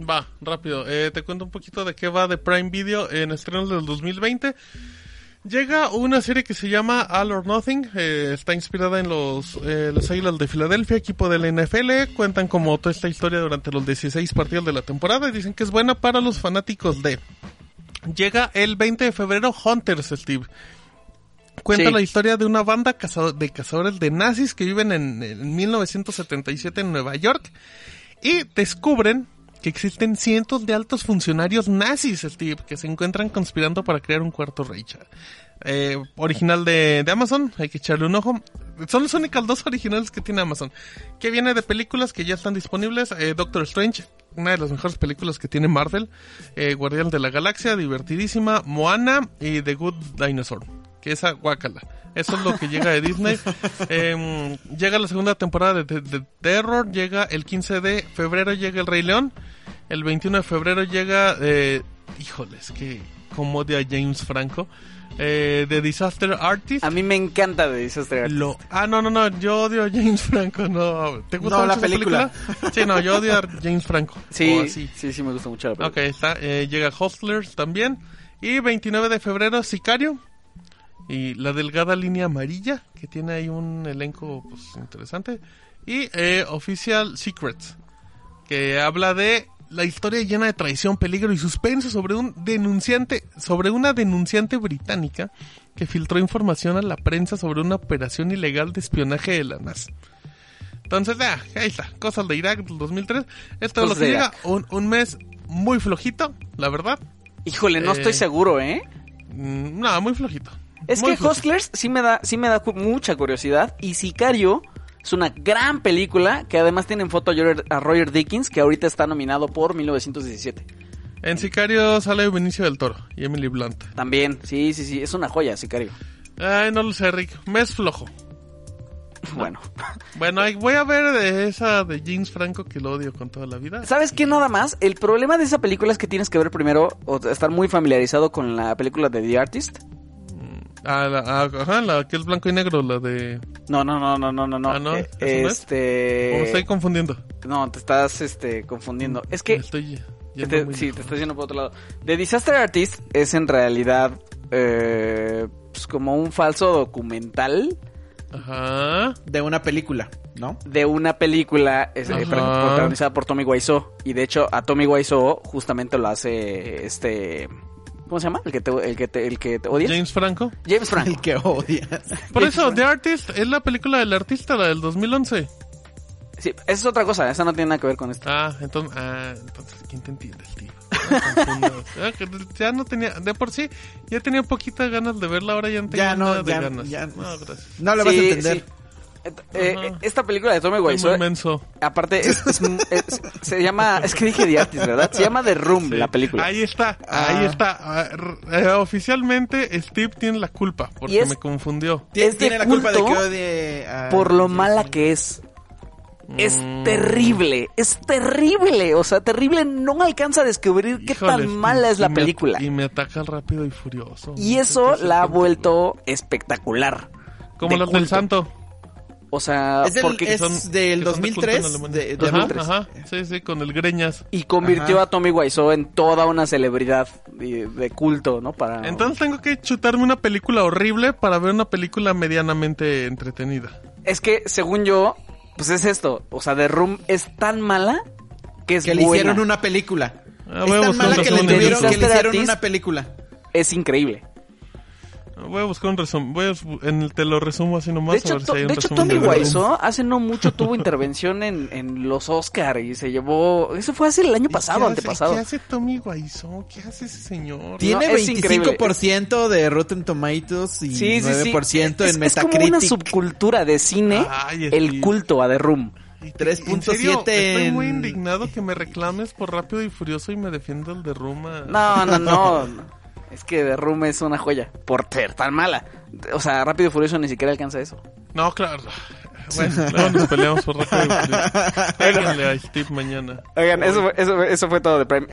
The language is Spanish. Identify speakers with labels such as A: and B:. A: Va, rápido. Eh, te cuento un poquito de qué va de Prime Video en estrenos del 2020. Llega una serie que se llama All or Nothing. eh, está inspirada en los, eh, los Águilas de Filadelfia, equipo de la NFL. Cuentan como toda esta historia durante los 16 partidos de la temporada y dicen que es buena para los fanáticos de. Llega el 20 de febrero Hunters, Steve. Cuenta
B: Sí.
A: la historia de una banda caza- de cazadores de nazis que viven en, en 1977 en Nueva York y descubren que existen cientos de altos funcionarios nazis, Steve, que se encuentran conspirando para crear un cuarto Reich. Eh, original de, de Amazon, hay que echarle un ojo. Son los únicos dos originales que tiene Amazon. Que viene de películas que ya están disponibles. eh, Doctor Strange, una de las mejores películas que tiene Marvel. eh, Guardián de la Galaxia, divertidísima. Moana y The Good Dinosaur. Que esa guácala. Eso es lo que llega de Disney. Em, llega la segunda temporada de, de- de Terror. Llega el 15 de febrero, llega El Rey León. El 21 de febrero llega, eh, híjoles, que como de a James Franco, eh, The Disaster Artist.
C: Ah,
B: A mí me encanta de Disaster Artist.
A: Lo, ah, no, no, no, yo odio a James Franco, no. ¿Te gusta
C: No,
A: mucho
C: la
A: esa
C: película.
A: Sí, no, yo odio a James Franco. o
B: Sí,
A: así.
B: sí, sí, me gusta mucho la
A: Oh, Ok,
B: película.
A: está, eh, llega Hustlers también. Y 29 de febrero, Sicario. Y la delgada línea amarilla, que tiene ahí un elenco pues, interesante. Y eh, Official Secrets, que habla de la historia llena de traición, peligro y suspenso sobre un denunciante, sobre una denunciante británica que filtró información a la prensa sobre una operación ilegal de espionaje de la NASA. Entonces, ya, ahí está, cosas de Irak del 2003. Esto es lo
B: Cosas
A: que
B: de
A: llega,
B: Irak.
A: un, un mes muy flojito, la verdad.
B: Híjole, no
A: Eh,
B: estoy seguro, ¿eh?
A: Mm, No, muy flojito.
B: Es
A: Muy
B: que
A: flojito.
B: Hustlers sí me da, sí me da cu- mucha curiosidad. Y Sicario es una gran película que además tiene en foto a Roger, a Roger Dickens, que ahorita está nominado por 1917.
A: En Sicario sale Benicio del Toro y Emily Blunt.
B: También, sí, sí, sí, es una joya, Sicario.
A: Ay, no lo sé, Rick. Mes flojo.
B: Bueno,
A: Bueno, ahí voy a ver de esa de James Franco que lo odio con toda la vida.
B: ¿sabes qué? Nada más, el problema de esa película es que tienes que ver primero o estar muy familiarizado con la película de The Artist.
A: Ah, la, ah, ajá, la que es blanco y negro, la de...
B: No, no, no, no, no, no, no.
A: Ah, ¿no?
B: Eh,
A: ¿Eso no es?
B: Este.
A: me estoy confundiendo.
B: No, te estás este, confundiendo. Es
A: Me
B: que
A: estoy Mm, yendo
B: Este,
A: muy
B: sí,
A: lejos.
B: te estás yendo por otro lado. The Disaster Artist es en realidad eh, pues como un falso documental
A: Ajá.
C: De una película, ¿no?
B: de una película es- eh,
A: Ajá.
B: protagonizada por Tommy Wiseau. Y de hecho, a Tommy Wiseau justamente lo hace este... ¿Cómo se llama? ¿El que te, el que te- el que te odias? James,
A: James Franco.
B: Franco.
C: El que odias.
A: Por
B: James
A: eso,
B: Franco.
A: The Artist es la película del artista, la del 2011.
B: Sí, esa es otra cosa. Esa no tiene nada que ver con esto.
A: Ah, entonces, ah, entonces ¿quién te entiende el tío? No confundas. Ah, que ya no tenía, de por sí, ya tenía poquitas ganas de verla, ahora ya no tengo
C: Ya no,
A: nada de
C: ya-
A: ganas.
C: ya-
A: no, gracias.
C: No lo
B: Sí,
C: vas a entender.
B: sí. Eh, eh,
A: Ajá.
B: esta película de Tommy
A: Estoy
B: Wiseau
A: muy menso.
B: Aparte, es- es- es- se llama. Es que dije The Artist, ¿verdad? Se llama The Room, la película.
A: Ahí está,
C: Ah.
A: ahí está. Ah, r- eh, oficialmente Steve tiene la culpa porque
B: es-
A: me confundió.
C: Tien-
B: es de
C: Tiene la culpa de que
B: Este culto
C: odie a-
B: por lo mala que es. Es
A: Mm,
B: terrible, es terrible, o sea, terrible, no alcanza a descubrir qué
A: Híjole,
B: tan mala
A: y-
B: es la
A: y me-
B: película.
A: y me ataca rápido y furioso.
B: Y
A: No sé
B: eso
A: qué se
B: la ha
A: siente.
B: vuelto espectacular.
A: Como
B: de
A: las del
B: culto.
A: santo.
B: O sea,
C: Es del-
B: porque...
C: es-
A: que
C: del
A: son de culto en
C: 2003,
A: Alemania.
C: de- de
A: Ajá,
C: 2003.
A: ajá, sí, sí, con el greñas.
B: Y convirtió
C: Ajá.
B: a Tommy Wiseau en toda una celebridad de, de culto, ¿no? Para...
A: Entonces tengo que chutarme una película horrible para ver una película medianamente entretenida.
B: Es que, según yo, pues es esto. O sea, The Room es tan mala que es
C: Que le
B: buena.
C: hicieron una película.
A: Ah, voy
C: es
A: a
C: tan
A: buscar
C: mala
A: un
C: que le,
A: resumen de
C: tuvieron- que
B: Disaster
C: le hicieron
B: Artist.
C: una película.
B: Es increíble.
A: Voy a buscar un resumen. Voy a bus- en el- te lo resumo así nomás.
B: De
A: a
B: hecho,
A: ver si
B: to-
A: hay un
B: de hecho,
A: resumen
B: Tommy
A: de Berlín.
B: Wiseau hace no mucho tuvo intervención en, en los Oscar y se llevó... Eso fue hace el año
A: ¿Y
B: pasado,
A: qué hace-
B: antepasado.
A: ¿Qué hace Tommy Wiseau? ¿Qué hace ese señor?
C: Tiene
B: No, es increíble.
C: 25% de Rotten Tomatoes y
B: Sí, sí, sí.
C: 9%
B: es,
C: en
B: es como una
C: Metacritic.
B: subcultura de cine,
A: Ay,
B: el
A: Steve.
B: culto a The Room.
A: Y-
C: 3.7
A: en serio, Estoy muy
C: en-
A: indignado que me reclames por Rápido y Furioso y me defienda el de Roma.
B: No, no, no. es que The Room es una joya, por ser tan mala. O sea, Rápido y Furioso ni siquiera alcanza eso.
A: No, claro. Bueno, luego nos peleamos por Rápido y Furioso. Háganle a Steve mañana.
B: Oigan, eso fue, eso, fue- eso fue todo de Prime.